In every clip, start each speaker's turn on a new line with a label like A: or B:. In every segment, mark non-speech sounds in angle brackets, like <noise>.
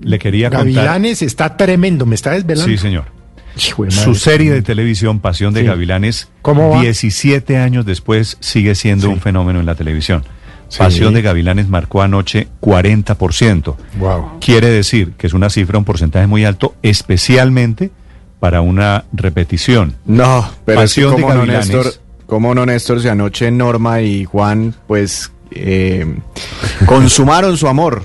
A: le quería contar.
B: Gavilanes está tremendo, me está desvelando.
A: Sí, señor.
B: Hijo de
A: Su
B: madre.
A: serie de televisión Pasión de
B: Sí.
A: Gavilanes,
B: ¿Cómo va?
A: 17 años después, sigue siendo
B: Sí.
A: un fenómeno en la televisión.
B: Sí.
A: Pasión de Gavilanes marcó anoche 40%.
B: Wow.
A: Quiere decir que es una cifra, un porcentaje muy alto, especialmente para una repetición.
C: No, pero es que
A: Pasión de
C: como no,
A: Gavilanes.
C: Néstor, como no, Néstor, si anoche Norma y Juan, pues, eh, consumaron su amor.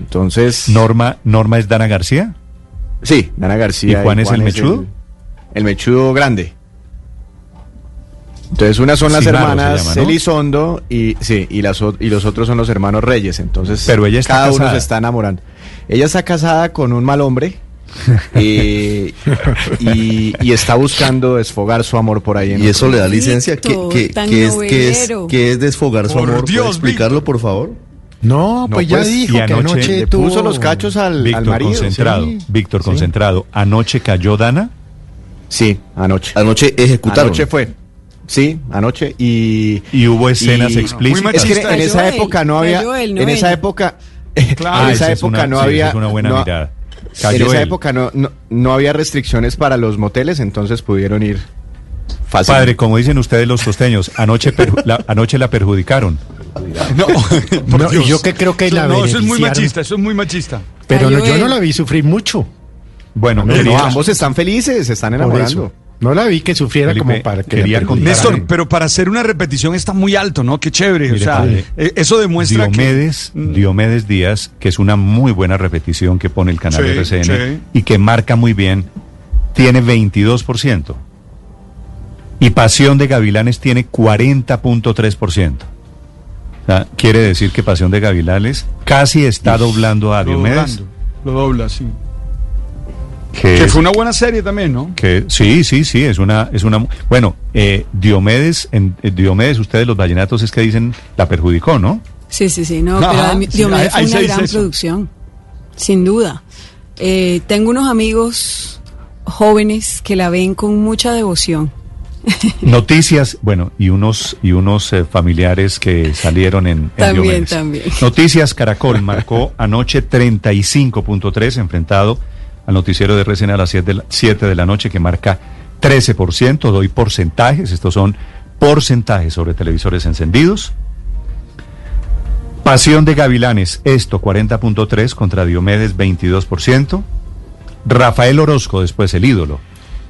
C: Entonces,
A: Norma, Norma es Dana García.
C: sí, Dana García.
A: ¿Y Juan es el mechudo?
C: el mechudo grande. Entonces, unas son las
A: Simaro se
C: hermanas
A: llama, ¿no?
C: Elizondo y, sí, y, las, o- y los otros son los hermanos Reyes. Entonces,
A: Pero ella está
C: cada uno
A: casada.
C: se está enamorando. Ella está casada con un mal hombre
A: <laughs>
C: eh, y, y está buscando desfogar su amor por ahí. en
D: Y eso
C: otro
D: le da
C: lado.
D: licencia. ¿Qué, qué,
E: tan
D: qué es, qué, es,
E: novelero.
D: qué es desfogar su amor? ¿Puede explicarlo, por favor?
B: No,
C: No,
B: pues ya
C: pues,
B: dijo
A: y
B: que
A: anoche
B: anoche
A: le
C: Le
B: tuvo-
C: puso los cachos al, al
A: Víctor
C: marido.
A: concentrado.
C: Sí,
A: Víctor
B: Sí.
A: concentrado. Anoche cayó Dana.
C: Sí, anoche.
D: Anoche ejecutaron.
C: Anoche fue. Sí, anoche. Y.
A: Y hubo escenas
C: Y-
A: explícitas.
C: Es que en,
E: Cayó
C: esa
E: él,
C: época no había.
E: cayó él, no
C: en esa
E: él.
C: época. <laughs>
A: Ah,
C: en
A: esa
C: esa
A: es
C: época
A: una-
C: no
A: sí, esa
C: había.
A: es una buena
C: no-
A: mirada.
C: en
A: Cayó
C: esa
A: él.
C: época no, no, no había restricciones para los moteles, entonces pudieron ir
F: Ah,
C: fácil.
A: Padre, como dicen ustedes los costeños, anoche, perju- la, anoche la perjudicaron.
F: No, <laughs>
A: <laughs>
F: por
B: No, y
F: Dios.
B: yo que creo que la
F: No, eso es muy
B: beneficiaron.
F: machista, eso es muy machista.
B: Pero no,
E: Cayó
B: yo no
E: él.
B: la vi sufrir mucho.
A: Bueno,
B: No,
C: Pero
A: quería,
C: ambos están felices, se están
B: Por
C: enamorando.
B: eso. No la vi que sufriera
A: Felipe,
B: como para que le
A: quería
B: perjudicara.
A: Claro.
F: Néstor, pero para hacer una repetición está muy alto, ¿no? Qué chévere.
A: Mire,
F: o sea,
A: padre,
F: eh, eso demuestra
A: Diomedes,
F: que. Mm,
A: Diomedes Díaz, que es una muy buena repetición que pone el canal
F: Sí,
A: RCN
F: sí.
A: y que marca muy bien, tiene 22%. Y Pasión de Gavilanes tiene 40.3%. O sea, quiere decir que Pasión de Gavilanes casi está doblando a
F: Lo
A: Diomedes.
F: doblando, lo dobla, sí.
A: Que,
F: Que
A: es-
F: fue una buena serie también, ¿no?
A: que- sí, sí, sí, es una, es una. mu- Bueno, eh, Diomedes, en, eh, Diomedes, ustedes los vallenatos es que dicen la perjudicó, ¿no?
E: Sí, sí, sí, no,
F: Ajá,
E: pero a mí-
F: sí,
E: Diomedes
F: ahí-
E: fue
F: ahí se
E: una
F: dice
E: gran
F: eso.
E: producción, sin duda. Eh, tengo unos amigos jóvenes que la ven con mucha devoción.
A: Noticias, bueno, y unos y unos eh, familiares que salieron en, en
E: También,
A: Diomedes.
E: también.
A: Noticias Caracol
E: <laughs>
A: marcó anoche 35.3 enfrentado al noticiero de RCN a las 7 de la, 7 de la noche que marca 13%, doy porcentajes, estos son porcentajes sobre televisores encendidos. Pasión de Gavilanes, esto 40.3 contra Diomedes 22%. Rafael Orozco, después el ídolo.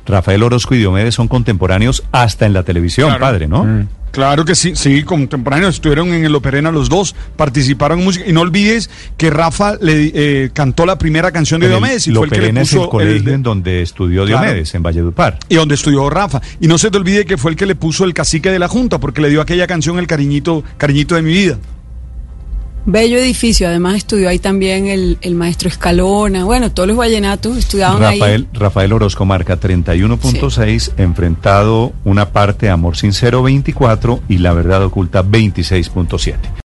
A: Rafael Orozco y Diomedes son contemporáneos hasta en la televisión,
F: Claro. Mm.
A: padre, ¿no?
F: Claro que sí, sí, contemporáneos estuvieron en el Operena los dos, participaron en música. Y no olvides que Rafa le eh, cantó la primera canción de
A: En el-
F: Diomedes y
A: lo
F: fue el que le
A: Perena es
F: puso
A: el colegio
F: el-
A: en donde estudió
F: Claro.
A: Diomedes, en Valledupar.
F: y donde estudió Rafa. Y no se te olvide que fue el que le puso el cacique de la Junta, porque le dio aquella canción el cariñito, cariñito de mi vida.
E: Bello edificio, además estudió ahí también el, el maestro Escalona, bueno, todos los vallenatos estudiaban ahí.
A: Rafael, Rafael Orozco marca 31.6, enfrentado una parte Amor Sincero 24 y La Verdad Oculta 26.7.